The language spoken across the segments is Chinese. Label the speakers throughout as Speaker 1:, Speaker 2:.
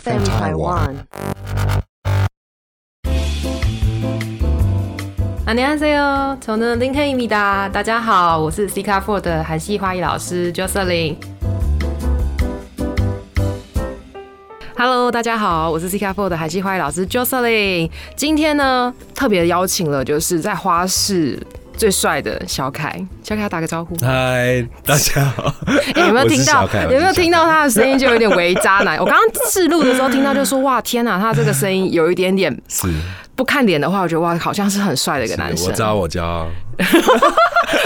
Speaker 1: FM Taiwan.
Speaker 2: 안녕하세요，저는 링케이입니다。大家好，我是 C 卡 Four 的韩系花艺老师 Jocelyn。Hello，大家好，我是 C 卡 Four 的韩系花艺老师 Jocelyn。今天呢，特别邀请了就是在花市最帅的小凯，小凯打个招呼。
Speaker 3: 嗨，大家好
Speaker 2: 欸 有没有
Speaker 3: 啊我是
Speaker 2: 听到
Speaker 3: 小？凯
Speaker 2: 有没
Speaker 3: 我
Speaker 2: 有
Speaker 3: 是小凯
Speaker 2: 听到他的声音就有点微渣男？我刚刚试录的时候听到就说哇天哪、他这个声音有一点点
Speaker 3: 是
Speaker 2: 不看脸的话，我觉得哇好像是很帅的一个男
Speaker 3: 我
Speaker 2: 生
Speaker 3: 知。道，我骄傲。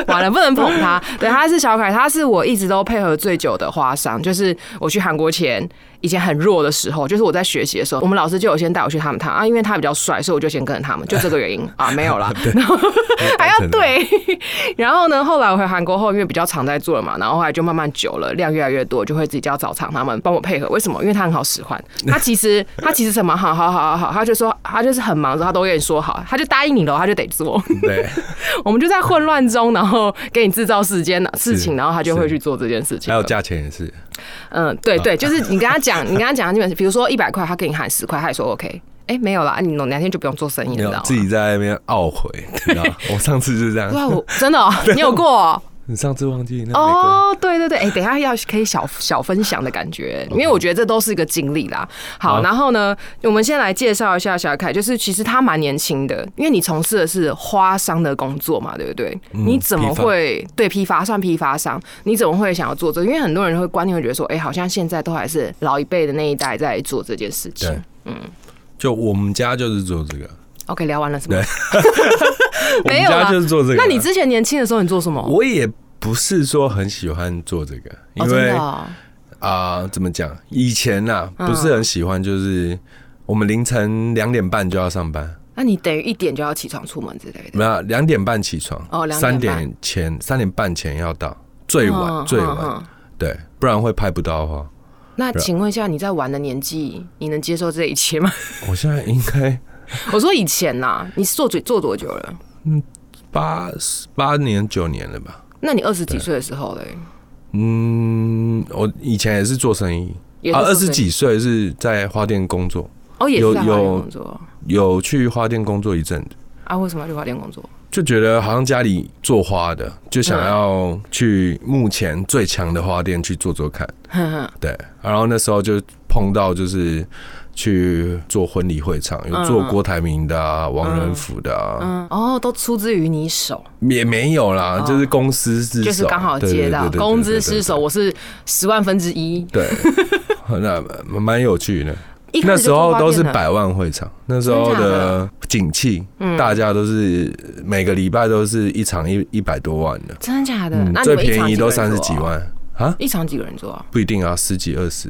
Speaker 2: 完了不能捧他， 对他是小凯，他是我一直都配合最久的花商，就是我去韩国前以前很弱的时候，就是我在学习的时候，我们老师就有先带我去他们摊啊，因为他比较帅，所以我就先跟着他们，就这个原因啊，没 有啦。然后 还要对， 然后呢，后来我回韩国后，因为比较常在做了嘛，然后后来就慢慢久了，量越来越多，就会自己叫早场他们帮我配合。为什么？因为他很好使唤，他其实他其实什么好好好好好，他就说他就是很忙，他都跟你说好，他就答应你了，他就得做。
Speaker 3: 对，
Speaker 2: 我们就在混乱中，然后给你制造时间事情，
Speaker 3: 是
Speaker 2: 然后他就会去做这件事情。
Speaker 3: 还有啊价钱也是，
Speaker 2: 嗯，对对，就是你跟 他讲，你跟他讲，他基本上比如说一百块，他给你喊十块，他也说 OK。哎，没有啦，你哪天就不用做生意了，你
Speaker 3: 没
Speaker 2: 知
Speaker 3: 有
Speaker 2: 道吗
Speaker 3: 自？己在那边懊悔， 你知道吗？我上次就是这
Speaker 2: 对啊，
Speaker 3: 样，
Speaker 2: 我真 的、哦，你有过哦
Speaker 3: 你上次忘记那玫
Speaker 2: 哦？对对对，哎，等一下要可以小小分享的 感觉，因为我觉得这都是一个经历啦。好，
Speaker 3: 好
Speaker 2: 然后呢，我们先来介绍一下小凯，就是其实他蛮年轻的，因为你从事的是花商的工作嘛，对不对？
Speaker 3: 嗯
Speaker 2: 你怎么
Speaker 3: 批发
Speaker 2: 会对批发算批发商？你怎么会想要做这个因为很多人会观念会觉得说，哎、好像现在都还是老一辈的那一代在做这件事情
Speaker 3: 对。就我们家就是做这个，
Speaker 2: OK，聊完了是吗？
Speaker 3: 我
Speaker 2: 没
Speaker 3: 们
Speaker 2: 有啦
Speaker 3: 家就是做这个。
Speaker 2: 那你之前年轻的时候你做什么？
Speaker 3: 我也不是说很喜欢做这个，因
Speaker 2: 哦，真
Speaker 3: 为
Speaker 2: 的、哦、
Speaker 3: 啊，怎么讲？以前呐，
Speaker 2: 嗯
Speaker 3: 不是很喜欢，就是我们凌晨两点半就要上班，
Speaker 2: 那你等于一点就要起床出门之类的。
Speaker 3: 没有啊两点半起床
Speaker 2: 哦，2:30
Speaker 3: 三点前三点半前要到，最晚
Speaker 2: 嗯
Speaker 3: 最
Speaker 2: 嗯
Speaker 3: 晚，
Speaker 2: 嗯
Speaker 3: 对，不然会拍不到花。
Speaker 2: 那
Speaker 3: 对啊
Speaker 2: 请问一下，你在玩的年纪，你能接受这一切吗？
Speaker 3: 我现在应该
Speaker 2: 我说以前呐、你是做做做多久了？
Speaker 3: 八八年九年了吧？
Speaker 2: 那你二十几岁的时候嘞，
Speaker 3: 嗯，我以前也是做生意
Speaker 2: 也是
Speaker 3: 啊，
Speaker 2: 做
Speaker 3: 二十
Speaker 2: 生意
Speaker 3: 几岁是在花店工作，
Speaker 2: 哦，也是
Speaker 3: 有
Speaker 2: 在花莲
Speaker 3: 有
Speaker 2: 工作
Speaker 3: 有去花店工作一阵子，
Speaker 2: 啊？为什么要去花莲 工作？
Speaker 3: 就觉得好像家里做花的，就
Speaker 2: 嗯
Speaker 3: 想要去目前最强的花店去做做看。
Speaker 2: 哼哼，
Speaker 3: 对，然后那时候就碰到就是去做婚礼会场，有做
Speaker 2: 嗯
Speaker 3: 郭台铭的、啊、王仁甫的、啊，
Speaker 2: 嗯，哦，都出自于你手，
Speaker 3: 也没有啦，
Speaker 2: 哦
Speaker 3: 就是公司之手，
Speaker 2: 就是刚好接到
Speaker 3: 对对对对对对
Speaker 2: 工资失手，我是十万分之一，
Speaker 3: 对，那蛮蛮有趣的。
Speaker 2: 一开
Speaker 3: 那
Speaker 2: 始
Speaker 3: 时
Speaker 2: 就做
Speaker 3: 候
Speaker 2: 花
Speaker 3: 都
Speaker 2: 店
Speaker 3: 是
Speaker 2: 了
Speaker 3: 百万会场，那时候
Speaker 2: 真假
Speaker 3: 的
Speaker 2: 的嗯
Speaker 3: 景气，大家都是每个礼拜都是一场一一百多万的，
Speaker 2: 真的假的？
Speaker 3: 嗯
Speaker 2: 那你
Speaker 3: 最
Speaker 2: 们一
Speaker 3: 便
Speaker 2: 场
Speaker 3: 宜
Speaker 2: 个
Speaker 3: 都
Speaker 2: 人
Speaker 3: 三十
Speaker 2: 做
Speaker 3: 几
Speaker 2: 啊，
Speaker 3: 万啊，
Speaker 2: 一场几个人做啊？
Speaker 3: 不一定啊，十几二十。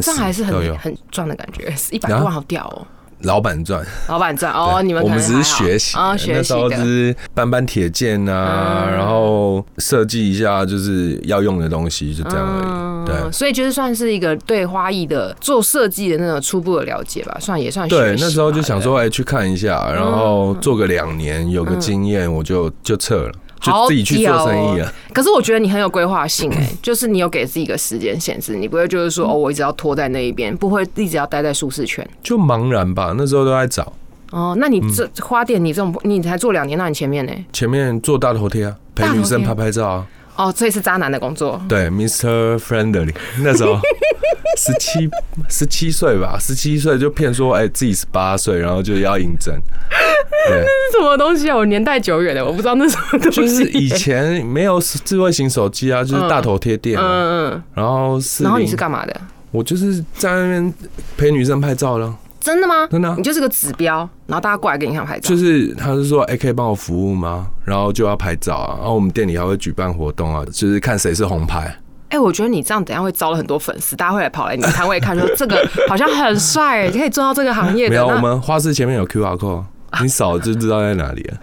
Speaker 3: 三十
Speaker 2: 是这样还是
Speaker 3: 都
Speaker 2: 很
Speaker 3: 有，
Speaker 2: 很赚的感觉，一百
Speaker 3: 啊
Speaker 2: 多万好屌哦！
Speaker 3: 老板赚
Speaker 2: 老板赚哦，
Speaker 3: 对
Speaker 2: 你们
Speaker 3: 我
Speaker 2: 可
Speaker 3: 们
Speaker 2: 能
Speaker 3: 只是
Speaker 2: 还好
Speaker 3: 学习
Speaker 2: 啊，
Speaker 3: 的，
Speaker 2: 学
Speaker 3: 那
Speaker 2: 习
Speaker 3: 时候只
Speaker 2: 的
Speaker 3: 是搬搬铁剑啊，
Speaker 2: 嗯
Speaker 3: 然后设计一下就是要用的东西，就这样
Speaker 2: 嗯
Speaker 3: 而已。对，
Speaker 2: 所以就是算是一个对花艺的做设计的那种初步的了解吧，算也算学习
Speaker 3: 对
Speaker 2: 吧。，
Speaker 3: 那时候就想说，哎、去看一下，然后做个两年，有个经验，我就就撤了，
Speaker 2: 嗯好
Speaker 3: 就自己去做生意啊
Speaker 2: 屌哦
Speaker 3: 了。
Speaker 2: 对。可是我觉得你很有规划性哎、 就是你有给自己一个时间限制，你不会就是
Speaker 3: 嗯
Speaker 2: 说哦，我一直要拖在那一边，不会一直要待在舒适圈。
Speaker 3: 就茫然吧，那时候都在找，
Speaker 2: 哦，那你
Speaker 3: 嗯
Speaker 2: 这花店你这种你才做两年，那你前面呢？
Speaker 3: 前面做大头贴啊，陪
Speaker 2: 大头
Speaker 3: 女生
Speaker 2: 贴
Speaker 3: 拍拍照啊，
Speaker 2: 哦，这是渣男的工作。
Speaker 3: 对，Mr. Friendly，那时候十七十七岁吧，十七岁就骗说，哎、自己十八岁，然后就要应 征，对。
Speaker 2: 这什么东西啊？我年代久远了，我不知道那什么东西。
Speaker 3: 就是以前没有智慧型手机啊，就是大头贴店、啊，
Speaker 2: 嗯嗯，
Speaker 3: 然后是，
Speaker 2: 然后你是干嘛的？
Speaker 3: 我就是在那边陪女生拍照了，
Speaker 2: 真的吗？
Speaker 3: 真的啊
Speaker 2: 你就是个指标，然后大家过来给你看拍照。
Speaker 3: 就是他就说，哎、可以帮我服务吗？然后就要拍照啊，然后我们店里还会举办活动啊，就是看谁是红牌。
Speaker 2: 哎、我觉得你这样等一下会招了很多粉丝，大家会来跑来你的摊位看，说这个好像很帅欸，可以做到这个行业的。
Speaker 3: 没有，
Speaker 2: 那
Speaker 3: 我们花市前面有 QR code，你扫就知道在哪里了。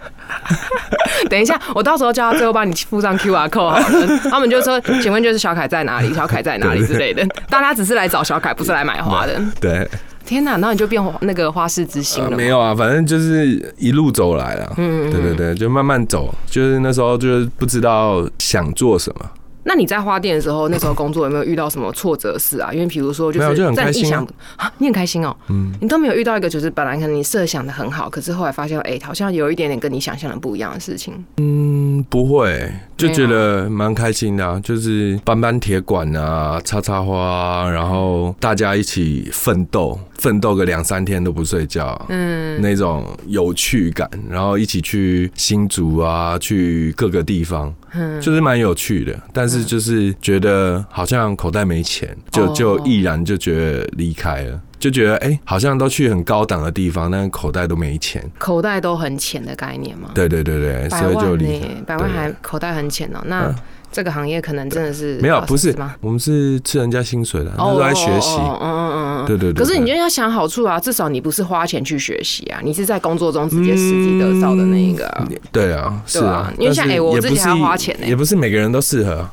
Speaker 2: 等一下，我到时候叫他最后帮你附上 QR code 好了。他们就说，请问就是小凯在哪里？小凯在哪里之类的。大家只是来找小凯，不是来买花的。
Speaker 3: 对，
Speaker 2: 天哪，那你就变花那个花市之星
Speaker 3: 呃
Speaker 2: 了、
Speaker 3: 没，有啊，反正就是一路走啊来了。嗯，对对对，就慢慢走，就是那时候就是不知道想做什么。
Speaker 2: 那你在花店的时候，那时候工作有没有遇到什么挫折事啊？因为比如说，就
Speaker 3: 没有
Speaker 2: 是
Speaker 3: 就很
Speaker 2: 在
Speaker 3: 开
Speaker 2: 你
Speaker 3: 心啊嗯
Speaker 2: 意想啊，你很开心哦，你都没有遇到一个就是本来可能你设想的很好，可是后来发现，哎、好像有一点点跟你想象的不一样的事情。
Speaker 3: 嗯，不会，就
Speaker 2: 没有
Speaker 3: 觉得蛮开心的、啊，就是搬搬铁管啊，插插花、啊，然后大家一起奋斗，奋斗个两三天都不睡觉、嗯，那种有趣感，然后一起去新竹啊，去各个地方，嗯，就是蛮有趣的。但是就是觉得好像口袋没钱，就
Speaker 2: 哦
Speaker 3: 就毅然就觉得离开了。就觉得哎、好像都去很高档的地方，但是口袋都没钱。
Speaker 2: 口袋都很浅的概念嘛，
Speaker 3: 对对对对，
Speaker 2: 百
Speaker 3: 所以就
Speaker 2: 万呢、
Speaker 3: 离开。
Speaker 2: 百万
Speaker 3: 对啊
Speaker 2: 还口袋很浅哦、那
Speaker 3: 嗯
Speaker 2: 这个行业可能真的是
Speaker 3: 没有
Speaker 2: 老，师
Speaker 3: 不是
Speaker 2: 吗？，
Speaker 3: 我们是吃人家薪水的，那时候在学习。
Speaker 2: 哦哦哦哦嗯嗯嗯嗯。
Speaker 3: 对对对。
Speaker 2: 可是你就
Speaker 3: 对
Speaker 2: 要想好处啊，至少你不是花钱去学习啊，你是在工作中直接实际得到的那一个啊、
Speaker 3: 对啊，是啊，
Speaker 2: 因为像
Speaker 3: 但是
Speaker 2: 哎我
Speaker 3: 也
Speaker 2: 之
Speaker 3: 不
Speaker 2: 前还
Speaker 3: 是
Speaker 2: 花钱呢
Speaker 3: 也不是每个人都适合。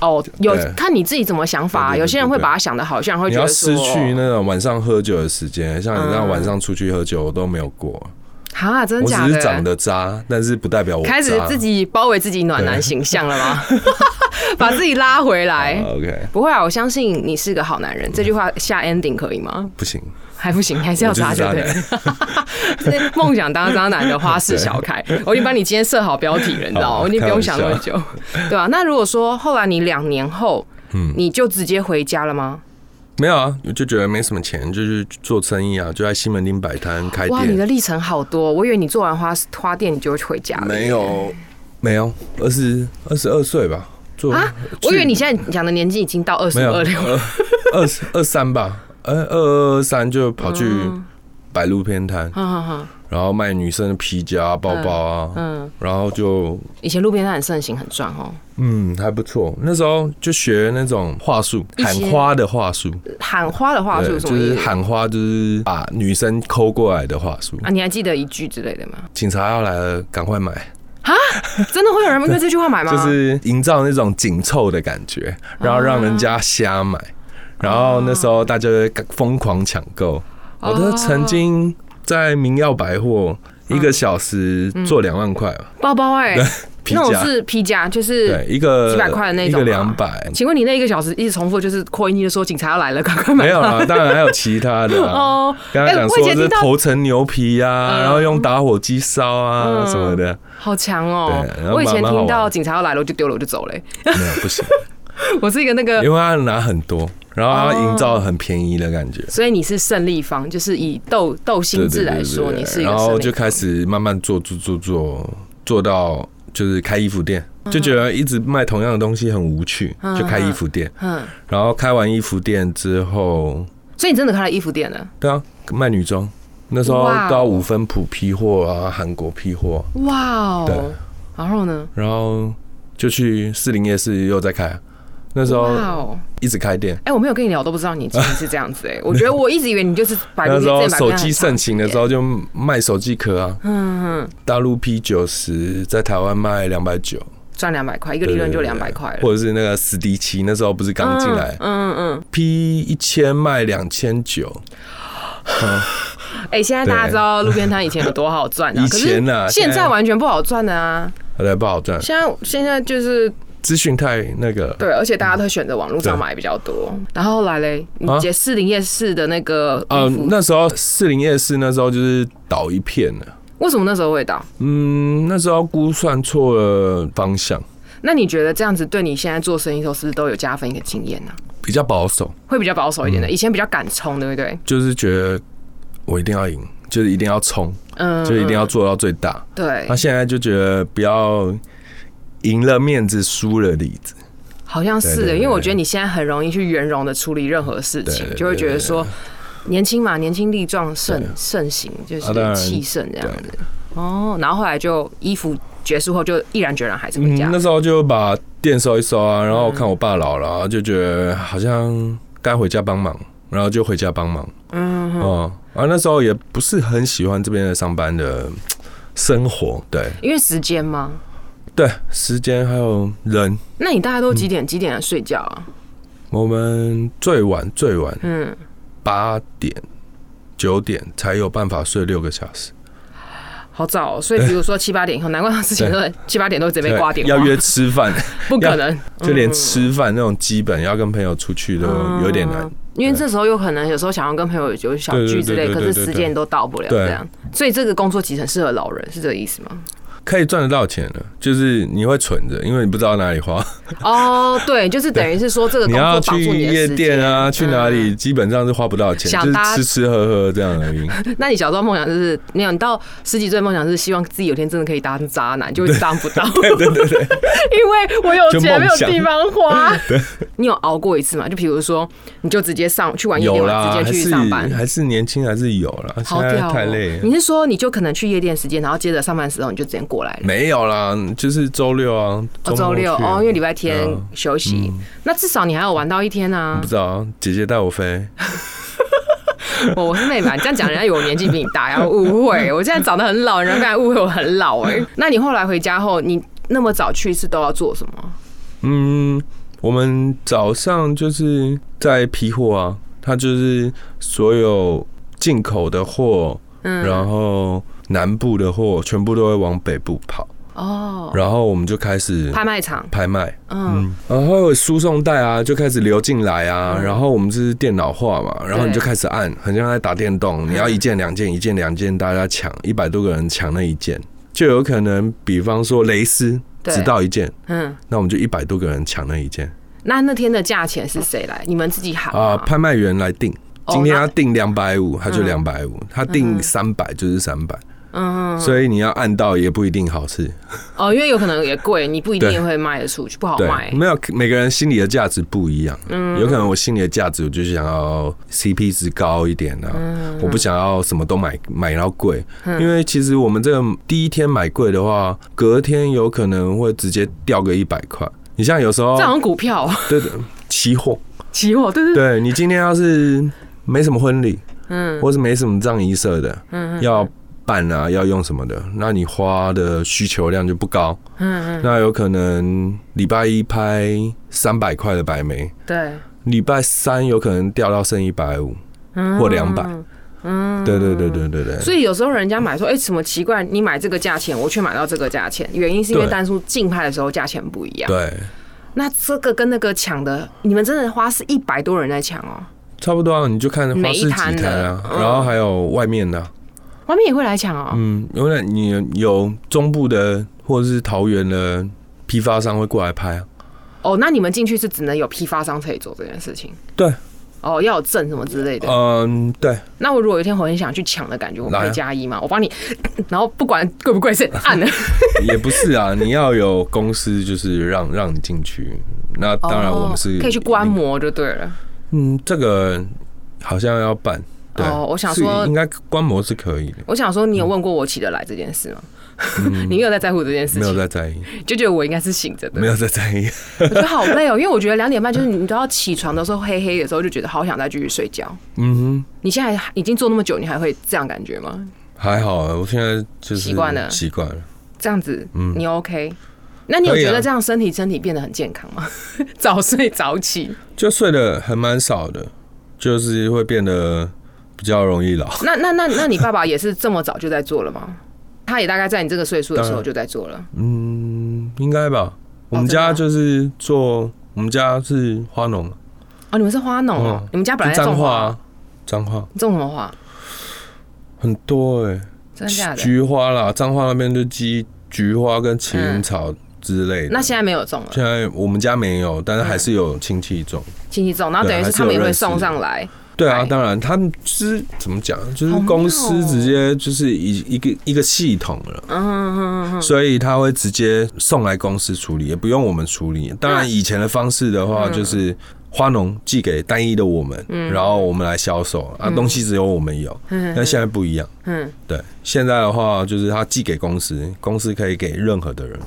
Speaker 2: 哦，有
Speaker 3: 对
Speaker 2: 看你自己怎么想法啊、
Speaker 3: 对对对
Speaker 2: 有些人会
Speaker 3: 对对
Speaker 2: 把它想的好像会
Speaker 3: 你
Speaker 2: 觉
Speaker 3: 要
Speaker 2: 得
Speaker 3: 失
Speaker 2: 说
Speaker 3: 去那种晚上喝酒的时间，像你那样
Speaker 2: 嗯
Speaker 3: 晚上出去喝酒，我都没有过。
Speaker 2: 哈，真
Speaker 3: 我只
Speaker 2: 假
Speaker 3: 是长得渣，但是不代表我
Speaker 2: 开始
Speaker 3: 渣
Speaker 2: 自。己包围自己暖男形象 了吗？把自己拉回来
Speaker 3: 啊。OK，
Speaker 2: 不会啊，我相信你是个好男人。这句话下 ending 可以吗？
Speaker 3: 不行，
Speaker 2: 还 不行，还是要
Speaker 3: 我就是
Speaker 2: 渣就
Speaker 3: 渣
Speaker 2: 对
Speaker 3: 男。
Speaker 2: 是梦想当渣男的花式小开，我已经帮你今天设好标题了，你知道吗？
Speaker 3: 好
Speaker 2: 我已经不用想那么久，对吧、那如果说后来你两年后，你就直接回家了吗？
Speaker 3: 没有啊，我就觉得没什么钱，就是做生意啊，就在西门町摆摊开
Speaker 2: 哇，你
Speaker 3: 店。
Speaker 2: 的历程好多，我以为你做完花花店你就会回家了。
Speaker 3: 没有，没有，二十二十二岁吧，做
Speaker 2: 啊，我以为你现在讲的年纪已经到二十
Speaker 3: 没有
Speaker 2: 二六了。
Speaker 3: 二二十二三吧，呃二二三就跑去
Speaker 2: 嗯
Speaker 3: 摆路边摊，
Speaker 2: 哈啊哈哈，
Speaker 3: 然后卖女生的皮夹、啊、包包啊，
Speaker 2: 嗯，
Speaker 3: 然后就
Speaker 2: 以前路边摊很盛行，很赚哦。
Speaker 3: 嗯还不错。那时候就学那种话术，
Speaker 2: 一
Speaker 3: 喊
Speaker 2: 些
Speaker 3: 花的话术，
Speaker 2: 喊花的话术
Speaker 3: 对，
Speaker 2: 是什
Speaker 3: 就
Speaker 2: 么意
Speaker 3: 是
Speaker 2: 思？
Speaker 3: 喊花，就是把女生抠过来的话术。
Speaker 2: 啊，你还记得一句之类的吗？
Speaker 3: 警察要来了，赶快买，
Speaker 2: 真的会有人因为这句话买 吗？
Speaker 3: 就是营造那种紧凑的感觉，
Speaker 2: 啊
Speaker 3: 然后让人家瞎买。然后那时候大家就会疯狂抢购，我
Speaker 2: 哦
Speaker 3: 都曾经在明耀百货一个小时做两万块吧，
Speaker 2: 包包哎、
Speaker 3: 皮
Speaker 2: 那种
Speaker 3: 夹
Speaker 2: 是皮夹，就是
Speaker 3: 对一个
Speaker 2: 几百块的那种
Speaker 3: 呃一个
Speaker 2: 吗
Speaker 3: 两百，
Speaker 2: 请问你那一个小时一直重复就是扩音机说警察要来了， 赶快买
Speaker 3: 没有啦，当然还有其他的啊。
Speaker 2: 哦。
Speaker 3: 刚刚讲
Speaker 2: 我以
Speaker 3: 说
Speaker 2: 前
Speaker 3: 这
Speaker 2: 听到嗯
Speaker 3: 头层牛皮啊，然后用打火机烧啊什么的，
Speaker 2: 好强哦
Speaker 3: 对然！后
Speaker 2: 我以前
Speaker 3: 蛮蛮好
Speaker 2: 听到
Speaker 3: 玩
Speaker 2: 警察要来了，我就丢了，我就走了欸、
Speaker 3: 没有不行，
Speaker 2: 我是一个那 个，
Speaker 3: 因为他拿很多，然后他营造很便宜的感觉。
Speaker 2: 所以你是胜利方，就是以斗斗心
Speaker 3: 对
Speaker 2: 智
Speaker 3: 对
Speaker 2: 哦来
Speaker 3: 对
Speaker 2: 说，
Speaker 3: 对
Speaker 2: 你是
Speaker 3: 对，
Speaker 2: 一个
Speaker 3: 然
Speaker 2: 胜
Speaker 3: 后
Speaker 2: 利
Speaker 3: 就
Speaker 2: 方。
Speaker 3: 开始慢慢做做做做，做到就是开衣服店，就觉得一直卖同样的东西很无趣，就开衣服店。
Speaker 2: 嗯，
Speaker 3: 然后开完衣服店之后，
Speaker 2: 所以你真的开了衣服店了，
Speaker 3: 对啊，卖女装。那时候
Speaker 2: 哇哦
Speaker 3: 到五分埔批货啊，韩国批货，
Speaker 2: 哇哦
Speaker 3: 对！
Speaker 2: 然后呢？
Speaker 3: 然后就去士林夜市又再开。那时
Speaker 2: 哇
Speaker 3: 候
Speaker 2: 哦！
Speaker 3: 一直开店，
Speaker 2: 哎、我没有跟你聊，我都不知道你其实是这样子哎、我觉得我一直以为你就是摆
Speaker 3: 那
Speaker 2: 路
Speaker 3: 时
Speaker 2: 边
Speaker 3: 候
Speaker 2: 店摆
Speaker 3: 手机盛行的时，候
Speaker 2: 摆
Speaker 3: 就卖手机壳啊，
Speaker 2: 摊嗯嗯，
Speaker 3: 大陆 P 九十在台湾卖两百九，
Speaker 2: 赚两百块，一个利润就
Speaker 3: 对对
Speaker 2: 两百块了。
Speaker 3: 或者是那个史迪奇，那时候不是刚进来、
Speaker 2: 嗯嗯嗯，
Speaker 3: p 一千卖两千九，
Speaker 2: 哎、现在大家知道路边摊以前有多好赚、啊，
Speaker 3: 以前啊
Speaker 2: 可是现
Speaker 3: 现
Speaker 2: 在
Speaker 3: 在
Speaker 2: 完全不好赚的啊！
Speaker 3: 后来不好赚，
Speaker 2: 现在现在就是
Speaker 3: 资讯太那个了，
Speaker 2: 对，而且大家都选择网络上买比较多。然后后来嘞，你
Speaker 3: 啊
Speaker 2: 姐士林夜市的那个衣
Speaker 3: 嗯，
Speaker 2: 服，
Speaker 3: 那时候士林夜市那时候就是倒一片了，
Speaker 2: 为什么那时候会倒？
Speaker 3: 嗯，那时候估算错了方向，
Speaker 2: 那你觉得这样子对你现在做生意的时候是不是都有加分一个经验呢、
Speaker 3: 比较保守，
Speaker 2: 会比较保守一点
Speaker 3: 嗯
Speaker 2: 的，以前比较敢冲，对不对？
Speaker 3: 就是觉得我一定要赢，就是一定要冲，
Speaker 2: 嗯，
Speaker 3: 就一定啊要做到最大。
Speaker 2: 对
Speaker 3: 那、，现在就觉得不要赢了面子，输了里子。
Speaker 2: 好像是
Speaker 3: 对对
Speaker 2: 的，
Speaker 3: 对
Speaker 2: 因为我觉得你现在很容易去圆融的处理任何事
Speaker 3: 对对
Speaker 2: 情，
Speaker 3: 对
Speaker 2: 就会觉得说年轻嘛，年轻力壮盛盛行，就是
Speaker 3: 啊当然
Speaker 2: 气盛这样子。哦，然后后来就衣服结束后就毅然决然还是回
Speaker 3: 嗯
Speaker 2: 家，，
Speaker 3: 那时候就把店收一收啊，然后看我爸老了、啊，就觉得好像该回家帮忙，然后就回家帮忙。嗯，哦、啊，那时候也不是很喜欢这边的上班的生活，对
Speaker 2: 因为时间嘛。
Speaker 3: 对，时间还有人，
Speaker 2: 那你大
Speaker 3: 嗯
Speaker 2: 概都几点几点睡觉啊？
Speaker 3: 我们最晚最晚
Speaker 2: 嗯，
Speaker 3: 八点九点才有办法睡六个小时。
Speaker 2: 好早、哦，所以比如说七八点以后，难怪他之前都在七八点都直接被挂电话，
Speaker 3: 要约吃饭，
Speaker 2: 不可能，
Speaker 3: 就
Speaker 2: 嗯
Speaker 3: 连吃饭那种基本要跟朋友出去都有点难。
Speaker 2: 因为这时候有可能有时候想要跟朋友有小聚之
Speaker 3: 对对
Speaker 2: 类，
Speaker 3: 对
Speaker 2: 可
Speaker 3: 对
Speaker 2: 是时间都到不了
Speaker 3: 对
Speaker 2: 这样，所以这个工作其实很适合老人，是这个意思吗？
Speaker 3: 可以赚得到钱的，就是你会存着，因为你不知道哪里 花。
Speaker 2: 哦，对，就是等于是说这个
Speaker 3: 你
Speaker 2: 工
Speaker 3: 要
Speaker 2: 作绑
Speaker 3: 去
Speaker 2: 住你的
Speaker 3: 夜
Speaker 2: 时
Speaker 3: 店
Speaker 2: 间嗯
Speaker 3: 啊，去哪里基本上是花不到钱，
Speaker 2: 想
Speaker 3: 就是
Speaker 2: 搭
Speaker 3: 吃吃喝喝这样而 已。
Speaker 2: 嗯那你小时候梦想就是，你想到十几岁的梦想是希望自己有一天真的可以当渣男，就会当不 到，
Speaker 3: 对对对对，
Speaker 2: 因为我有
Speaker 3: 就
Speaker 2: 钱没有
Speaker 3: 梦想
Speaker 2: 地方 花。你有熬过一次吗？就比如说，你就直接上去玩夜店
Speaker 3: 有
Speaker 2: 玩，
Speaker 3: 啦，还
Speaker 2: 直接去
Speaker 3: 是
Speaker 2: 上班。
Speaker 3: 还是年轻还是有啦，现
Speaker 2: 好
Speaker 3: 在
Speaker 2: 屌、哦！
Speaker 3: 太累了。
Speaker 2: 你是说你就可能去夜店时间，然后接着上班时候你就直接过来了？
Speaker 3: 没有啦，就是周六啊，
Speaker 2: 哦，
Speaker 3: 末
Speaker 2: 周六
Speaker 3: 去
Speaker 2: 哦，因为礼拜天
Speaker 3: 嗯
Speaker 2: 休息，那至少你还有玩到一天啊
Speaker 3: 不！知道啊姐姐带我飞，嗯
Speaker 2: 哦我我是妹 吧？你这样讲，人家以为我年纪比你大，然后误会我现在长得很老，人家刚才误会我很老哎、 那你后来回家后，你那么早去是都要做什么？
Speaker 3: 嗯，我们早上就是在批货啊，它就是所有进口的货，
Speaker 2: 嗯
Speaker 3: 然后南部的货全部都会往北部跑，
Speaker 2: 哦，
Speaker 3: 然后我们就开始
Speaker 2: 拍卖场，
Speaker 3: 拍卖，
Speaker 2: 嗯，
Speaker 3: 然后输送带啊就开始流进来啊，然后我们是电脑化嘛，然后你就开始按，很像在打电动，
Speaker 2: 嗯
Speaker 3: 你要一件两件一件两件，大家抢一百多个人抢那一件，就有可能，比方说蕾丝
Speaker 2: 对
Speaker 3: 只到一件，
Speaker 2: 嗯，
Speaker 3: 那我们就一百多个人抢那一件
Speaker 2: 那那天的价钱是谁来？你们自己喊
Speaker 3: 啊，
Speaker 2: 吗？
Speaker 3: 拍卖员来定，
Speaker 2: 哦
Speaker 3: 今天
Speaker 2: 那
Speaker 3: 他定两百五，他就两百五，他定三百就是三百，
Speaker 2: 嗯，
Speaker 3: 所以你要按到也不一定好吃，
Speaker 2: 哦，因为有可能也贵，你不一
Speaker 3: 对
Speaker 2: 定会卖得出去，不好嗯
Speaker 3: 对
Speaker 2: 卖，。
Speaker 3: 没有每个人心里的价值不一样，有可能我心里的价值我就是想要 CP 值高一点啊，
Speaker 2: 嗯
Speaker 3: 我不想要什么都买买到贵，因为其实我们这个第一天买贵的话，隔天有可能会直接掉个一百块。你像有时候
Speaker 2: 这好像股票、哦
Speaker 3: 对对期货，
Speaker 2: 期货，对对对，
Speaker 3: 对你今天要是没什么婚礼，
Speaker 2: 嗯
Speaker 3: 或是没什么葬仪社的，要办啊，要用什么的，那你花的需求量就不高。
Speaker 2: 嗯嗯，
Speaker 3: 那有可能礼拜一拍三百块的白梅，
Speaker 2: 对，
Speaker 3: 礼拜三有可能掉到剩一百五
Speaker 2: 嗯
Speaker 3: 或两百。
Speaker 2: 嗯，
Speaker 3: 对对对对对对。
Speaker 2: 所以有时候人家买说，哎、怎么奇怪？你买这个价钱，我却买到这个价钱，原因是因为
Speaker 3: 对
Speaker 2: 单数竞拍的时候价钱不一样。
Speaker 3: 对，
Speaker 2: 那这个跟那个抢的，你们真的花是一百多人在抢哦，
Speaker 3: 差不多啊，你就看花
Speaker 2: 每一
Speaker 3: 市几
Speaker 2: 摊
Speaker 3: 摊
Speaker 2: 的
Speaker 3: 啊，
Speaker 2: 嗯
Speaker 3: 然后还有外面的啊、
Speaker 2: 外面也会来抢哦。
Speaker 3: 嗯，因为你有中部的或者是桃园的批发商会过来拍啊，
Speaker 2: 哦，那你们进去是只能有批发商可以做这件事情。
Speaker 3: 对。
Speaker 2: 哦，要有证什么之类的。
Speaker 3: 嗯，对，
Speaker 2: 那我如果有一天我很想去抢的感觉，我
Speaker 3: 来
Speaker 2: 可
Speaker 3: 啊
Speaker 2: 以加一吗？我帮你， 然后不管贵不贵是按的。
Speaker 3: 也不是啊，你要有公司就是让让你进去，那 当然我们是、
Speaker 2: 哦可以去观，摩就对了。
Speaker 3: 嗯，这个好像要办，对，
Speaker 2: 哦我想
Speaker 3: 是
Speaker 2: 说
Speaker 3: 应该观摩是可以的，
Speaker 2: 我想说，你有问过我起得来这件事吗？ 你没有在在乎这件事
Speaker 3: 嗯没有
Speaker 2: 情，
Speaker 3: 在在意，
Speaker 2: 就觉得我应该是醒着的。
Speaker 3: 没有在在意，
Speaker 2: 我觉得好累哦，因为我觉得两点半就是你都要起床的时候黑黑的时候，就觉得好想再继续睡觉。
Speaker 3: 嗯
Speaker 2: 你现在已经做那么久，你还会这样感觉吗？
Speaker 3: 哼，还好啊，我现在就是
Speaker 2: 习惯了
Speaker 3: 习惯了，
Speaker 2: 这样子，你 OK？那你有
Speaker 3: 嗯
Speaker 2: 觉
Speaker 3: 可以啊
Speaker 2: 得这样身体身体变得很健康吗？ 早睡早起，
Speaker 3: 就睡得还蛮少的，就是会变得比较容易老。
Speaker 2: 那那那那你爸爸也是这么早就在做了吗？他也大概在你这个岁数的时
Speaker 3: 当
Speaker 2: 候
Speaker 3: 然
Speaker 2: 就在做了。
Speaker 3: 嗯，应该吧。我们
Speaker 2: 真的
Speaker 3: 家
Speaker 2: 啊
Speaker 3: 就是做，我们家是花农，
Speaker 2: 哦，你们是花农哦，
Speaker 3: 嗯
Speaker 2: 你们家本来在
Speaker 3: 脏
Speaker 2: 种
Speaker 3: 话
Speaker 2: 花
Speaker 3: 啊，，脏话
Speaker 2: 你种什么花？
Speaker 3: 很多哎、
Speaker 2: 真的假的？
Speaker 3: 菊花啦，彰化那边就鸡菊花跟麒麟草之类的。
Speaker 2: 嗯那嗯现在没有种了，
Speaker 3: 现在我们家没有，但是还是有亲戚种。
Speaker 2: 亲戚种，然后等于
Speaker 3: 啊对还
Speaker 2: 是
Speaker 3: 是
Speaker 2: 他们
Speaker 3: 有
Speaker 2: 也会
Speaker 3: 认识
Speaker 2: 送上来。
Speaker 3: 对啊，
Speaker 2: 哎
Speaker 3: 当然，他们就是怎么讲，就是
Speaker 2: 好妙
Speaker 3: 公司
Speaker 2: 哦
Speaker 3: 直接就是一一个一个系统了，
Speaker 2: 嗯哼哼哼，
Speaker 3: 所以他会直接送来公司处理，也不用我们处理。当然，以前的方式的
Speaker 2: 嗯
Speaker 3: 话，就是花农寄给单一的我们，然后我们来销售啊，东西只有我们有。但现在不一样，
Speaker 2: 嗯，
Speaker 3: 对，现在的话就是他寄给公司，公司可以给任何的人。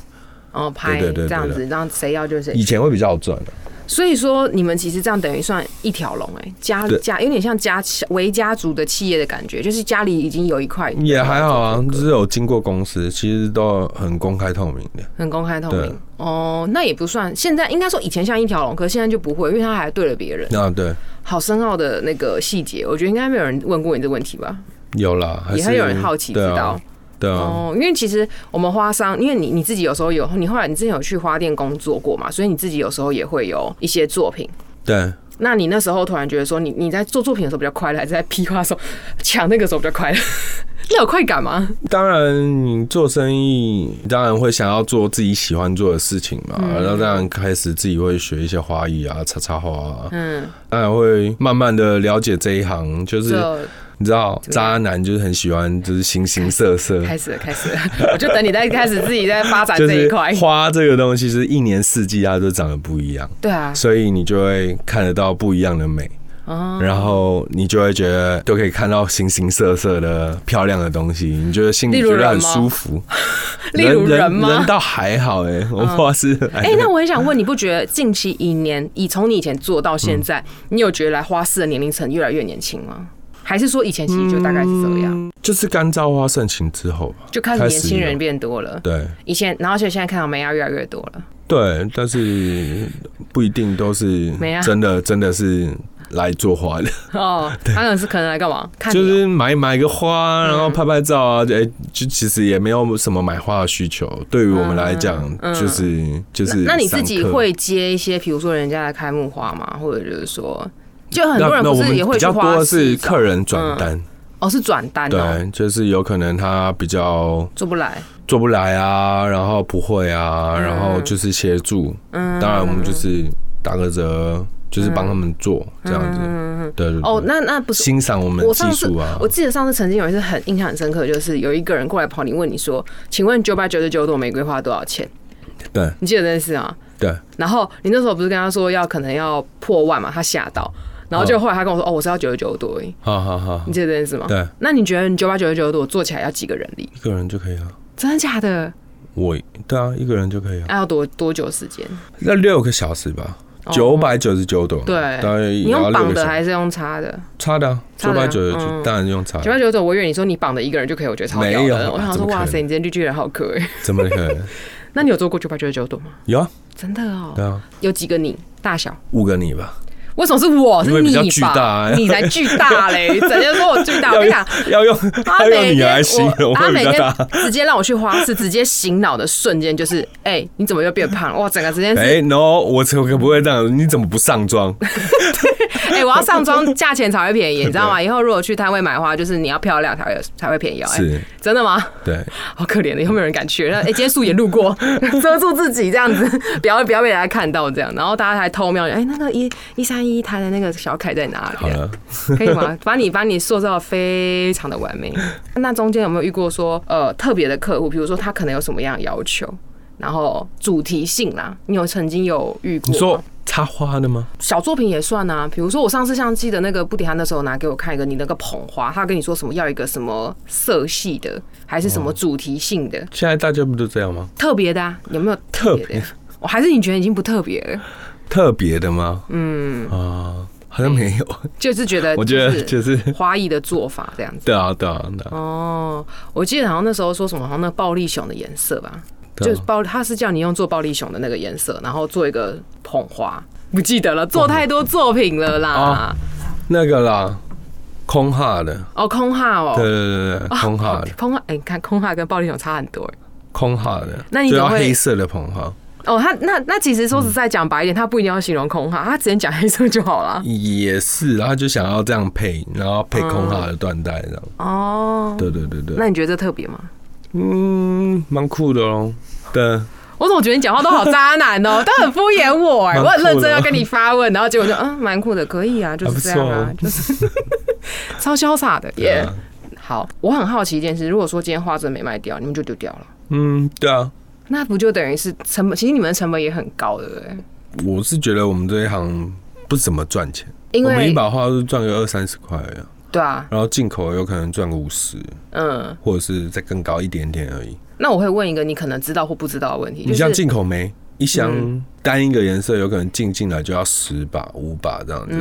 Speaker 2: 哦，拍
Speaker 3: 对对对
Speaker 2: 这样
Speaker 3: 对
Speaker 2: 子，然后谁要就是谁
Speaker 3: 以前会比较好赚啊的、
Speaker 2: 所以说，你们其实这样等于算一条龙哎、家
Speaker 3: 对
Speaker 2: 家有点像家为家族的企业的感觉，就是家里已经有一块
Speaker 3: 也还好啊，就是有经过公司，其实都很公开透明的。
Speaker 2: 很公开透
Speaker 3: 对
Speaker 2: 明哦，那也不算。现在应该说以前像一条龙，可是现在就不会，因为他还对了别人。
Speaker 3: 啊，对，
Speaker 2: 好深奥的那个细节，我觉得应该没有人问过你这个问题吧？
Speaker 3: 有啦，还
Speaker 2: 也
Speaker 3: 是
Speaker 2: 会有人好奇知
Speaker 3: 对啊
Speaker 2: 道。
Speaker 3: 对对啊，
Speaker 2: 哦，因为其实我们花商，因为你你自己有时候有，你后来你之前有去花店工作过嘛，所以你自己有时候也会有一些作品。
Speaker 3: 对。
Speaker 2: 那你那时候突然觉得说你，你在做作品的时候比较快乐，还是在批发的时候抢那个时候比较 快乐？ 那有快感吗？
Speaker 3: 当然，你做生意当然会想要做自己喜欢做的事情嘛，
Speaker 2: 嗯
Speaker 3: 然后当然开始自己会学一些花艺啊、插插花啊，
Speaker 2: 嗯，
Speaker 3: 当然会慢慢的了解这一行，就是
Speaker 2: 就
Speaker 3: 你知道，
Speaker 2: 么样
Speaker 3: 渣男就是很喜欢就是形形色 色，
Speaker 2: 开始了，开始了，我就等你在开始自己在发展
Speaker 3: 就
Speaker 2: 这一
Speaker 3: 是
Speaker 2: 块。
Speaker 3: 花这个东西是一年四季它都长得不一样，
Speaker 2: 对啊，
Speaker 3: 所以你就会看得到不一样的美。
Speaker 2: 哦
Speaker 3: 然后你就会觉得都可以看到形形色色的漂亮的东西，你觉得心里
Speaker 2: 例如
Speaker 3: 觉得
Speaker 2: 人
Speaker 3: 很
Speaker 2: 吗
Speaker 3: 舒服。
Speaker 2: 例如人吗
Speaker 3: 人倒还好哎、 我不知道是哎、
Speaker 2: 哎、那我很想问，你不觉得近期一年，以从你以前做到
Speaker 3: 嗯
Speaker 2: 现在，你有觉得来花市的年龄层越来越年轻吗？还是说以前其实就大概是这样，
Speaker 3: 就是干燥花盛行之后吧，
Speaker 2: 就开
Speaker 3: 嗯
Speaker 2: 始
Speaker 3: 开
Speaker 2: 年
Speaker 3: 始
Speaker 2: 轻人
Speaker 3: 有
Speaker 2: 变多了？
Speaker 3: 对
Speaker 2: 以前，然后就现在看到梅亚越来越多了。
Speaker 3: 对，但是不一定都是
Speaker 2: 没啊
Speaker 3: 真的，真的是来做花的，
Speaker 2: 哦， 他可能是可能来干嘛？看你
Speaker 3: 就
Speaker 2: 哦、
Speaker 3: 是买买个花，
Speaker 2: 嗯
Speaker 3: 然后拍拍照啊，哎、就其实也没有什么买花的需求。对于我们来讲
Speaker 2: 嗯，嗯
Speaker 3: 就是就是
Speaker 2: 那你自己
Speaker 3: 上课
Speaker 2: 会接一些，比如说人家来开幕花吗？或者就是说，就很多
Speaker 3: 那
Speaker 2: 人
Speaker 3: 那
Speaker 2: 不
Speaker 3: 我
Speaker 2: 是
Speaker 3: 们
Speaker 2: 也会
Speaker 3: 比
Speaker 2: 去
Speaker 3: 较
Speaker 2: 花
Speaker 3: 多
Speaker 2: 市
Speaker 3: 是
Speaker 2: 找
Speaker 3: 客人转单，
Speaker 2: 哦，是转单哦，
Speaker 3: 对，就是有可能他比较
Speaker 2: 做不来。
Speaker 3: 做不来啊，然后不会啊，然后就是协助。
Speaker 2: 嗯，
Speaker 3: 当然，我们就是打个折，就是帮他们做这样子。
Speaker 2: 嗯嗯嗯
Speaker 3: 对对对
Speaker 2: 哦，那那不是
Speaker 3: 欣赏我们
Speaker 2: 我上
Speaker 3: 技
Speaker 2: 次
Speaker 3: 术啊
Speaker 2: 我，记得上次曾经有一次很印象很深刻，就是有一个人过来跑你问你说，请问九百九十九朵玫瑰花多少钱？
Speaker 3: 对
Speaker 2: 你记得这件事吗？
Speaker 3: 对，
Speaker 2: 然后你那时候不是跟他说要可能要破万嘛，他吓到，然后就
Speaker 3: 嗯
Speaker 2: 后来他跟我说，哦，我是要九十九朵而已，
Speaker 3: 好好好
Speaker 2: 你，记得这件事吗？
Speaker 3: 对，
Speaker 2: 那你觉得你九百九十九朵做起来要几个人力？
Speaker 3: 一个人就可以了。
Speaker 2: 真的假的？
Speaker 3: 我对啊，一个人就可以了，
Speaker 2: 那要多多久时间？
Speaker 3: 那六个小时吧，
Speaker 2: 哦
Speaker 3: 九百九十九朵，
Speaker 2: 对
Speaker 3: 当然
Speaker 2: 你
Speaker 3: 也要
Speaker 2: 用
Speaker 3: 六
Speaker 2: 绑
Speaker 3: 个
Speaker 2: 的
Speaker 3: 小时，
Speaker 2: 还是用插的？
Speaker 3: 差的
Speaker 2: 差
Speaker 3: 九
Speaker 2: 的啊
Speaker 3: 百九十
Speaker 2: 嗯
Speaker 3: 九，当然用差
Speaker 2: 九
Speaker 3: 的，
Speaker 2: 百九十九，我以为你说你绑的一个人就可以，我觉得超屌
Speaker 3: 没有啊
Speaker 2: 的。我想
Speaker 3: 怎
Speaker 2: 说，
Speaker 3: 么可能
Speaker 2: 哇塞，你今天绿巨人好可爱。
Speaker 3: 怎么可能？
Speaker 2: 那你有做过九百九十九朵吗？
Speaker 3: 有啊，
Speaker 2: 真的哦，
Speaker 3: 对啊，
Speaker 2: 有几个你大小？
Speaker 3: 五个你吧。
Speaker 2: 为什么是我？是
Speaker 3: 因为
Speaker 2: 你
Speaker 3: 比
Speaker 2: 吧？
Speaker 3: 较巨大啊
Speaker 2: 你才巨 大嘞！整天说我巨啊大，
Speaker 3: 要
Speaker 2: 我跟你
Speaker 3: 用
Speaker 2: 讲，
Speaker 3: 要用
Speaker 2: 他
Speaker 3: 要用
Speaker 2: 每
Speaker 3: 你
Speaker 2: 天
Speaker 3: 来形容
Speaker 2: 我他
Speaker 3: 会比
Speaker 2: 每
Speaker 3: 较
Speaker 2: 天
Speaker 3: 大。
Speaker 2: 直接让我去花市，直接醒脑的瞬间就是，哎、你怎么又变胖了？哇，整个时间是，哎、
Speaker 3: 哎，no，我可不会这样，你怎么不上 妆？
Speaker 2: 哎我要上妆，价钱才会便宜，你知道吗？以后如果去摊位买花，就是你要漂亮才会才会便宜哦、哎
Speaker 3: 是
Speaker 2: 真的吗？
Speaker 3: 对，
Speaker 2: 好可怜的，有没有人敢去？那哎、今天素颜路过， 遮住自己这样子， 不要不要被人家看到这样。然后大家还偷瞄，哎、那个一一三一台的那个小凯在哪
Speaker 3: 好
Speaker 2: 里、啊
Speaker 3: 了，
Speaker 2: 可以吗？把你把你塑造的非常的完美。那中间有没有遇过说呃特别的客户，比如说他可能有什么样的要求，然后主题性啦，你有曾经有遇过
Speaker 3: 你
Speaker 2: 吗？
Speaker 3: 说插花的吗？
Speaker 2: 小作品也算啊，比如说我上次像记得那个布迪汉那时候拿给我看一个你那个捧花，他跟你说什么要一个什么色系的，还是什么主题性的，
Speaker 3: 现在大家不都这样吗？
Speaker 2: 特别的啊，有没有特别
Speaker 3: 哦特别
Speaker 2: 的？我还是你觉得已经不特别了，
Speaker 3: 特别的吗？嗯啊，好像没有。
Speaker 2: 就是觉得
Speaker 3: 我觉得
Speaker 2: 哎就
Speaker 3: 就是
Speaker 2: 是花艺的做法这样子。
Speaker 3: 对啊，对啊，对啊
Speaker 2: 哦，我记得好像那时候说什么，好像那暴力熊的颜色吧，
Speaker 3: 对
Speaker 2: 就是
Speaker 3: 啊。
Speaker 2: 暴，他是叫你用做暴力熊的那个颜色，然后做一个捧花，不记得了，做太多作品了
Speaker 3: 哦
Speaker 2: 啦。
Speaker 3: 那个啦，空哈的，
Speaker 2: 哦，空哈哦，
Speaker 3: 对对对对，空哈的，
Speaker 2: 空哈，哎、你看空哈跟暴力熊差很多哎。
Speaker 3: 空哈的，
Speaker 2: 那你
Speaker 3: 就
Speaker 2: 怎么
Speaker 3: 要
Speaker 2: 会
Speaker 3: 黑色的捧花，
Speaker 2: 哦，他那那其实说实在讲白一点，他不一定要形容空哈，他直接讲黑色就好了。
Speaker 3: 也是，然后就想要这样配，然后配空哈的缎带这样。
Speaker 2: 哦，
Speaker 3: 对对对对，
Speaker 2: 那你觉得这特别吗？
Speaker 3: 嗯，蛮酷的哦。对。
Speaker 2: 我总觉得你讲话都好渣 男哦，都很敷衍我哎、
Speaker 3: 蛮
Speaker 2: 我
Speaker 3: 酷的
Speaker 2: 很认真要跟你发问，然后结果就嗯，蛮酷的，可以啊，就
Speaker 3: 还
Speaker 2: 是
Speaker 3: 不
Speaker 2: 这样
Speaker 3: 错
Speaker 2: 啊
Speaker 3: 哦，
Speaker 2: 就是 超潇洒的
Speaker 3: 对
Speaker 2: 耶。
Speaker 3: 啊
Speaker 2: 好，我很好奇一件事，如果说今天花真没卖掉，你们就丢掉了，
Speaker 3: 嗯，对啊，
Speaker 2: 那不就等于是成本？其实你们的成本也很高，对不对？
Speaker 3: 我是觉得我们这一行不怎么赚钱，
Speaker 2: 因
Speaker 3: 我们一
Speaker 2: 为
Speaker 3: 把花都赚个二三十块而已啊，
Speaker 2: 对啊，
Speaker 3: 然后进口有可能赚个五十，
Speaker 2: 嗯，
Speaker 3: 或者是再更高一点点而已。
Speaker 2: 那我会问一个你可能知道或不知道的问题，
Speaker 3: 你
Speaker 2: 就
Speaker 3: 像
Speaker 2: 是嗯
Speaker 3: 进口梅，一箱单一个颜色有可能进进来就要十把、五把这样子，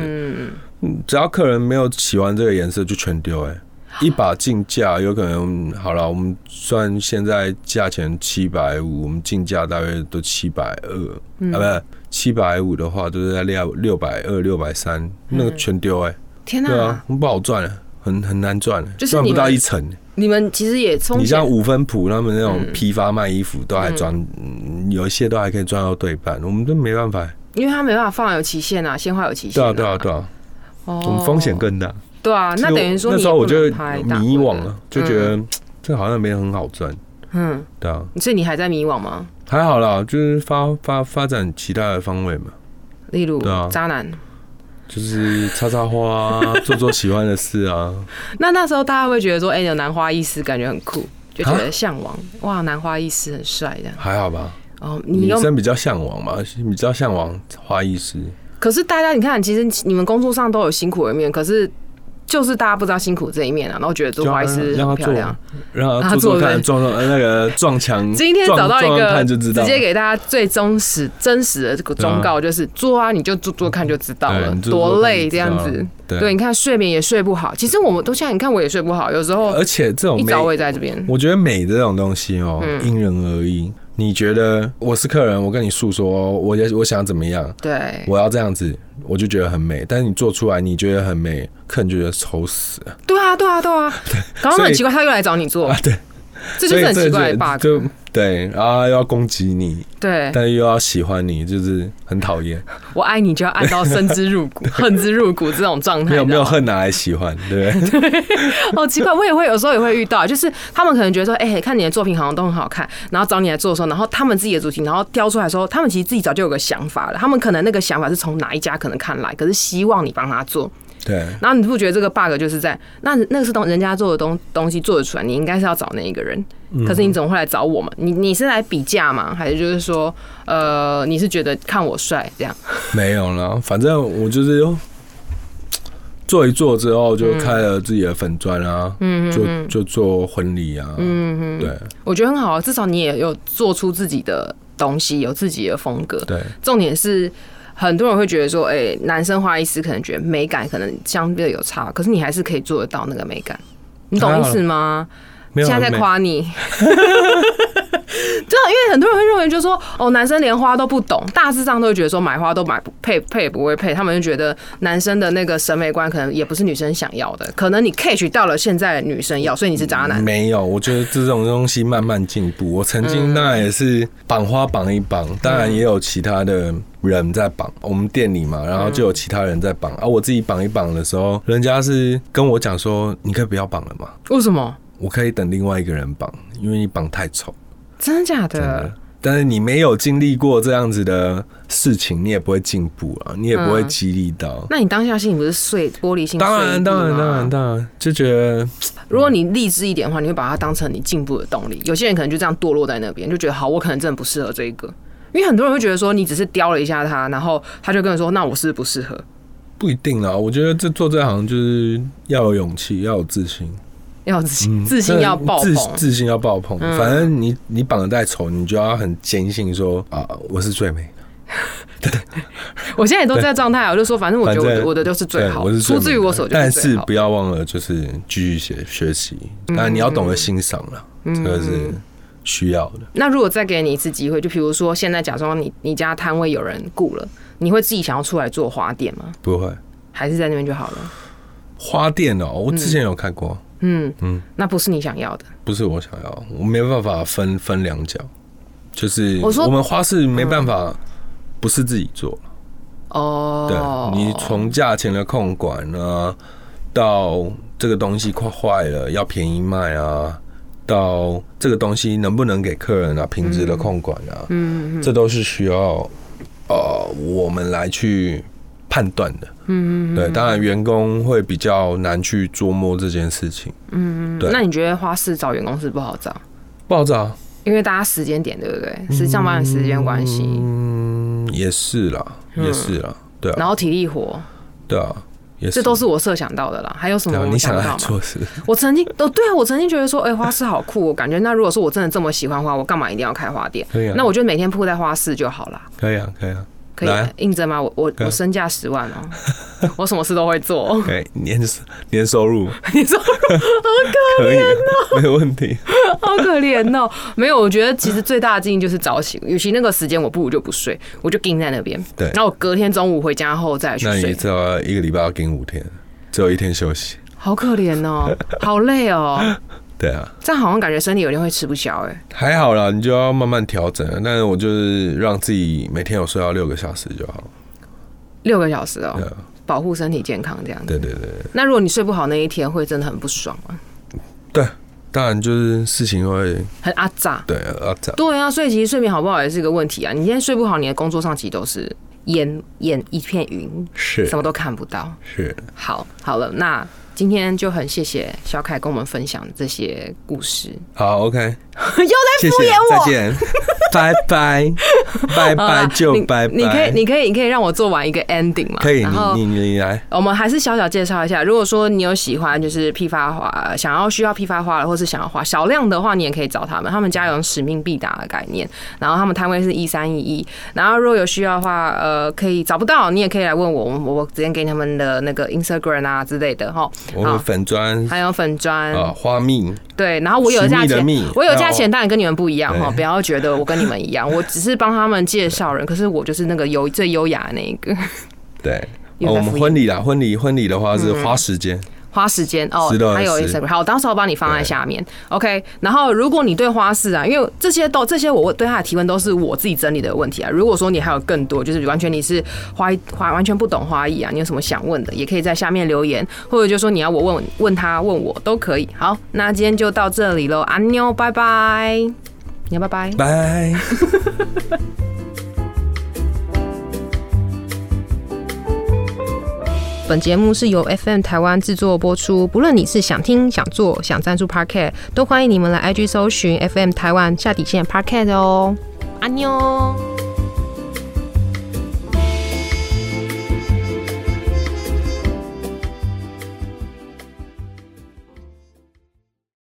Speaker 2: 嗯，
Speaker 3: 只要客人没有喜欢这个颜色就全丢哎。一把进价有可能好了，我们算现在价钱七百五，我们进价大约都七百二，
Speaker 2: 嗯
Speaker 3: 啊不，七百五
Speaker 2: 嗯
Speaker 3: 的话都是在六六百二、六百三，那个全丢哎、
Speaker 2: 天哪、
Speaker 3: 对啊，不好赚了，很很难赚，
Speaker 2: 就是
Speaker 3: 赚
Speaker 2: 你
Speaker 3: 不
Speaker 2: 们
Speaker 3: 到一层。
Speaker 2: 你们其实也风
Speaker 3: 你像
Speaker 2: 险
Speaker 3: 五分铺他们那
Speaker 2: 嗯
Speaker 3: 种批发卖衣服，都还赚，嗯有一些都还可以赚到对半，我们都没办法。
Speaker 2: 因为它没办法放有期限啊，鲜花有期限、
Speaker 3: 对啊，对啊，对啊，
Speaker 2: 哦
Speaker 3: 我们风险更大。
Speaker 2: 对啊，那等于说
Speaker 3: 那
Speaker 2: 你
Speaker 3: 时候
Speaker 2: 也
Speaker 3: 我
Speaker 2: 不
Speaker 3: 就
Speaker 2: 能拍大
Speaker 3: 迷
Speaker 2: 会
Speaker 3: 惘
Speaker 2: 的
Speaker 3: 了，就觉得这好像没很好赚。
Speaker 2: 嗯，
Speaker 3: 对啊，
Speaker 2: 所以你还在迷惘吗？
Speaker 3: 还好啦，就是发发发展其他的方位嘛，
Speaker 2: 例如
Speaker 3: 对啊
Speaker 2: 渣男，
Speaker 3: 就是插插花、啊，做做喜欢的事啊。
Speaker 2: 那那时候大家会觉得说，哎、有男花艺师感觉很酷，就觉
Speaker 3: 啊
Speaker 2: 得向往，哇，男花艺师很帅这样。
Speaker 3: 还好吧，
Speaker 2: 哦， 你
Speaker 3: 女
Speaker 2: 又
Speaker 3: 生比较向往嘛，比较向往花艺师。
Speaker 2: 可是大家你看，其实你们工作上都有辛苦的一面，可是就是大家不知道辛苦这一面啊，然后觉得做
Speaker 3: 就
Speaker 2: 花艺师
Speaker 3: 让他
Speaker 2: 很漂
Speaker 3: 做啊
Speaker 2: 亮。，
Speaker 3: 让
Speaker 2: 他
Speaker 3: 他做
Speaker 2: 做
Speaker 3: 做
Speaker 2: 对
Speaker 3: 看，撞撞呃那个撞墙。
Speaker 2: 今天
Speaker 3: 撞
Speaker 2: 找到一
Speaker 3: 撞撞
Speaker 2: 个
Speaker 3: 看就
Speaker 2: 直
Speaker 3: 知道，
Speaker 2: 接给大家最忠实、真实的这个忠告，就是做啊，你就做做看就知道
Speaker 3: 对
Speaker 2: 了
Speaker 3: 你，做做
Speaker 2: 多
Speaker 3: 看就
Speaker 2: 累这
Speaker 3: 知道
Speaker 2: 样
Speaker 3: 了
Speaker 2: 子。
Speaker 3: 对
Speaker 2: 对，你看睡眠也睡不好，其实我们都像你看我也睡不好，有时候
Speaker 3: 而且这种
Speaker 2: 一
Speaker 3: 美
Speaker 2: 早我也在这边。
Speaker 3: 我觉得美这种东西哦、
Speaker 2: 嗯
Speaker 3: 因人而异。你觉得我是客人，我跟你诉说，哦我也我想怎么样，
Speaker 2: 对
Speaker 3: 我要这样子，我就觉得很美。但是你做出来，你觉得很美，客人就觉得丑死了
Speaker 2: 对啊，对啊，对啊，然后
Speaker 3: 所以
Speaker 2: 很奇怪，他又来找你做
Speaker 3: 啊，！对，
Speaker 2: 哦这
Speaker 3: 所
Speaker 2: 就
Speaker 3: 以
Speaker 2: 是很奇怪的
Speaker 3: 就
Speaker 2: bug。
Speaker 3: 就对，然后又要攻击你，
Speaker 2: 对，
Speaker 3: 但又要喜欢你，就是很讨 厌。
Speaker 2: 我爱你就要爱到深之入 骨、恨之入骨这种状态，
Speaker 3: 没有
Speaker 2: 你知
Speaker 3: 没
Speaker 2: 道
Speaker 3: 有
Speaker 2: 吗
Speaker 3: 恨拿来喜欢，对 不对？
Speaker 2: 好奇怪，我也会有时候也会遇到，就是他们可能觉得说，哎、看你的作品好像都很好看，然后找你来做的时候，然后他们自己的主题，然后挑出来的时候，他们其实自己早就有个想法了，他们可能那个想法是从哪一家可能看来，可是希望你帮他做，
Speaker 3: 对，
Speaker 2: 然后你不觉得这个 bug 就是在那那个是东人家做的东东西做得出来，你应该是要找那一个人，可是你怎么会来找我们？你你是来比价吗？还是就是说，呃，你是觉得看我帅这样？
Speaker 3: 没有了，反正我就是做一做之后，就开了自己的粉砖啊，嗯，就就做婚礼啊，嗯对
Speaker 2: 我觉得很好啊，至少你也有做出自己的东西，有自己的风格。
Speaker 3: 对
Speaker 2: 重点是，很多人会觉得说，哎、男生花艺师可能觉得美感可能相对有差，可是你还是可以做得到那个美感，你懂意思吗？
Speaker 3: 没有
Speaker 2: 现
Speaker 3: 很
Speaker 2: 在在
Speaker 3: 美
Speaker 2: 夸你， 对啊，因为很多人会认为就是说，哦，男生连花都不懂，大致上都会觉得说买花都买不配，配也不会配，他们就觉得男生的那个审美观可能也不是女生想要的，可能你 catch 到了现在的女生要，所以你是渣男。
Speaker 3: 没有，我觉得这种东西慢慢进步。我曾经当然也是绑花绑一绑，当然也有其他的人在绑。我们店里嘛，然后就有其他人在绑啊。我自己绑一绑的时候，人家是跟我讲说：“你可以不要绑了嘛，
Speaker 2: 为什么？
Speaker 3: 我可以等另外一个人绑，因为你绑太丑。”
Speaker 2: 真的假
Speaker 3: 真
Speaker 2: 的
Speaker 3: 的？。但是你没有经历过这样子的事情，你也不会进步啊，你也不会
Speaker 2: 嗯
Speaker 3: 激励到。
Speaker 2: 那你当下心里不是碎玻璃心碎地吗？
Speaker 3: 当然，当然，当然，当然，就觉得
Speaker 2: 如果你励志一点的话，你会把它当成你进步的动力。有些人可能就这样堕落在那边，就觉得好，我可能真的不适合这一个。因为很多人会觉得说，你只是雕了一下他，然后他就跟你说，那我是不是不适合，
Speaker 3: 不一定啦。我觉得这做这行就是要有勇气，要有自信，
Speaker 2: 要有自信，自信要爆
Speaker 3: 嗯自
Speaker 2: 棚。嗯
Speaker 3: 自信要爆棚。反正你你绑得再丑，你就要很坚信说啊，我是最美的。
Speaker 2: 我现在也都在状态啊，我就说，反正我觉得我
Speaker 3: 反
Speaker 2: 的
Speaker 3: 正
Speaker 2: 我的就是最
Speaker 3: 对
Speaker 2: 好，
Speaker 3: 我是最
Speaker 2: 出
Speaker 3: 美的
Speaker 2: 自于我手就
Speaker 3: 但
Speaker 2: 最
Speaker 3: 是
Speaker 2: 好嗯
Speaker 3: 不。要忘了，就是继续学学习。那你要懂得欣赏了，这个是需要的。
Speaker 2: 那如果再给你一次机会，就比如说现在假装你你家摊位有人雇了，你会自己想要出来做花店吗？
Speaker 3: 不会
Speaker 2: 还是在那边就好了？
Speaker 3: 花店哦，我之前有看过。
Speaker 2: 嗯嗯，那不是你想要的。
Speaker 3: 不是我想要，我没办法分分两脚，就是
Speaker 2: 我说
Speaker 3: 我们花市没办法，不是自己做，
Speaker 2: 哦，
Speaker 3: 对你从价钱的控管啊，到这个东西快坏了要便宜卖啊，到这个东西能不能给客人啊，品质的控管啊，嗯，这都是需要呃我们来去判断的，嗯对，当然员工会比较难去捉摸这件事情，对
Speaker 2: 那你觉得花市找员工是不好找？
Speaker 3: 不好找。
Speaker 2: 因为大家时间点对不对？是上班的时间关系，
Speaker 3: 嗯，也是啦，也是啦，对啊，
Speaker 2: 嗯然后体力活，
Speaker 3: 对啊，也是，
Speaker 2: 这都是我设想到的啦。还有什
Speaker 3: 对
Speaker 2: 么
Speaker 3: 啊，
Speaker 2: 我
Speaker 3: 你
Speaker 2: 想
Speaker 3: 想
Speaker 2: 不到
Speaker 3: 来
Speaker 2: 吗？
Speaker 3: 做事，
Speaker 2: 我曾经哦，对啊，我曾经觉得说，哎、花市好酷、哦，感觉那如果说我真的这么喜欢花，我干嘛一定要开花店？
Speaker 3: 可以啊
Speaker 2: 那我就每天铺在花市就好啦。
Speaker 3: 可以啊，可以啊，
Speaker 2: 可以哎
Speaker 3: 来啊
Speaker 2: 应征吗？我我
Speaker 3: 以
Speaker 2: 我身价十万哦、 我什么事都会做。
Speaker 3: 可以，哎年年收 入
Speaker 2: 你说
Speaker 3: 可以，啊 没有问题，
Speaker 2: 好可怜哦，没有，我觉得其实最大的进就是早起，与其那个时间，我不如就不睡，我就盯在那边。
Speaker 3: 对
Speaker 2: 然后我隔天中午回家后再去
Speaker 3: 那你
Speaker 2: 睡。
Speaker 3: 至少要一个礼拜要给你五天，只有一天休息，
Speaker 2: 好可怜哦，好累哦，
Speaker 3: 对啊，
Speaker 2: 这样好像感觉身体有点会吃不消哎、
Speaker 3: 还好啦，你就要慢慢调整了。但是我就是让自己每天有睡到六个小时就好了。
Speaker 2: 六个小时哦，
Speaker 3: 对啊
Speaker 2: 保护身体健康这样子。
Speaker 3: 对对对
Speaker 2: 那如果你睡不好那一天，会真的很不爽啊，
Speaker 3: 对，当然就是事情会
Speaker 2: 很阿炸。
Speaker 3: 对啊，这样
Speaker 2: 对啊，所以其实睡眠好不好也是一个问题啊。你今天睡不好，你的工作上其实都是烟烟一片云，
Speaker 3: 是
Speaker 2: 什么都看不到。
Speaker 3: 是，
Speaker 2: 好，好了，那今天就很谢谢小凯跟我们分享这些故事，
Speaker 3: 好，OK，
Speaker 2: 又在
Speaker 3: 谢
Speaker 2: 敷
Speaker 3: 谢，
Speaker 2: 衍
Speaker 3: 再
Speaker 2: 我。
Speaker 3: 见，拜拜，拜
Speaker 2: 好啦
Speaker 3: 拜就
Speaker 2: 你
Speaker 3: 拜拜，
Speaker 2: 你可以，你可以，你可以让我做完一个 ending 嘛？
Speaker 3: 可以，
Speaker 2: 然后
Speaker 3: 你你你来，
Speaker 2: 我们还是小小介绍一下，如果说你有喜欢就是批发花，想要需要批发花的，或是想要花少量的话，你也可以找他们，他们家有使命必达的概念，然后他们摊位是一三一一，然后如果有需要的话，呃，可以找不到你也可以来问我，我我直接给你他们的那个 Instagram 啊之类的哈，
Speaker 3: 我们
Speaker 2: 好
Speaker 3: 粉砖
Speaker 2: 还有粉砖
Speaker 3: 啊，花蜜，
Speaker 2: 对，然后我有
Speaker 3: 寻
Speaker 2: 价
Speaker 3: 觅的
Speaker 2: 钱
Speaker 3: 觅，哎
Speaker 2: 我有价
Speaker 3: 然后
Speaker 2: 钱，当然跟你们不一样哈，
Speaker 3: 对
Speaker 2: 不要觉得我跟你们一样，我只是帮他们介绍人，可是我就是那个优最优雅的那一个，
Speaker 3: 对，
Speaker 2: 又
Speaker 3: 哦
Speaker 2: 在
Speaker 3: 我们
Speaker 2: 敷衍嗯
Speaker 3: 婚礼啦，婚礼婚礼的话是花时间，
Speaker 2: 花时间哦
Speaker 3: 是，的
Speaker 2: 还有
Speaker 3: 是
Speaker 2: Instagram，好，我到时候帮你放在下面，OK。然后如果你对花式啊，因为这些都这些我对他的提问都是我自己整理的问题啊。如果说你还有更多，就是完全你是花艺花完全不懂花艺啊，你有什么想问的，也可以在下面留言，或者就说你要我问问他问我都可以。好，那今天就到这里喽，安妞，拜拜，你要拜拜。
Speaker 3: 拜。
Speaker 2: 本节目是由 FM 台湾制作播出。不论你是想听、想做、想赞助 Parket，都欢迎你们来 IG 搜寻 FM 台湾下底线 Parket 哦。安妞。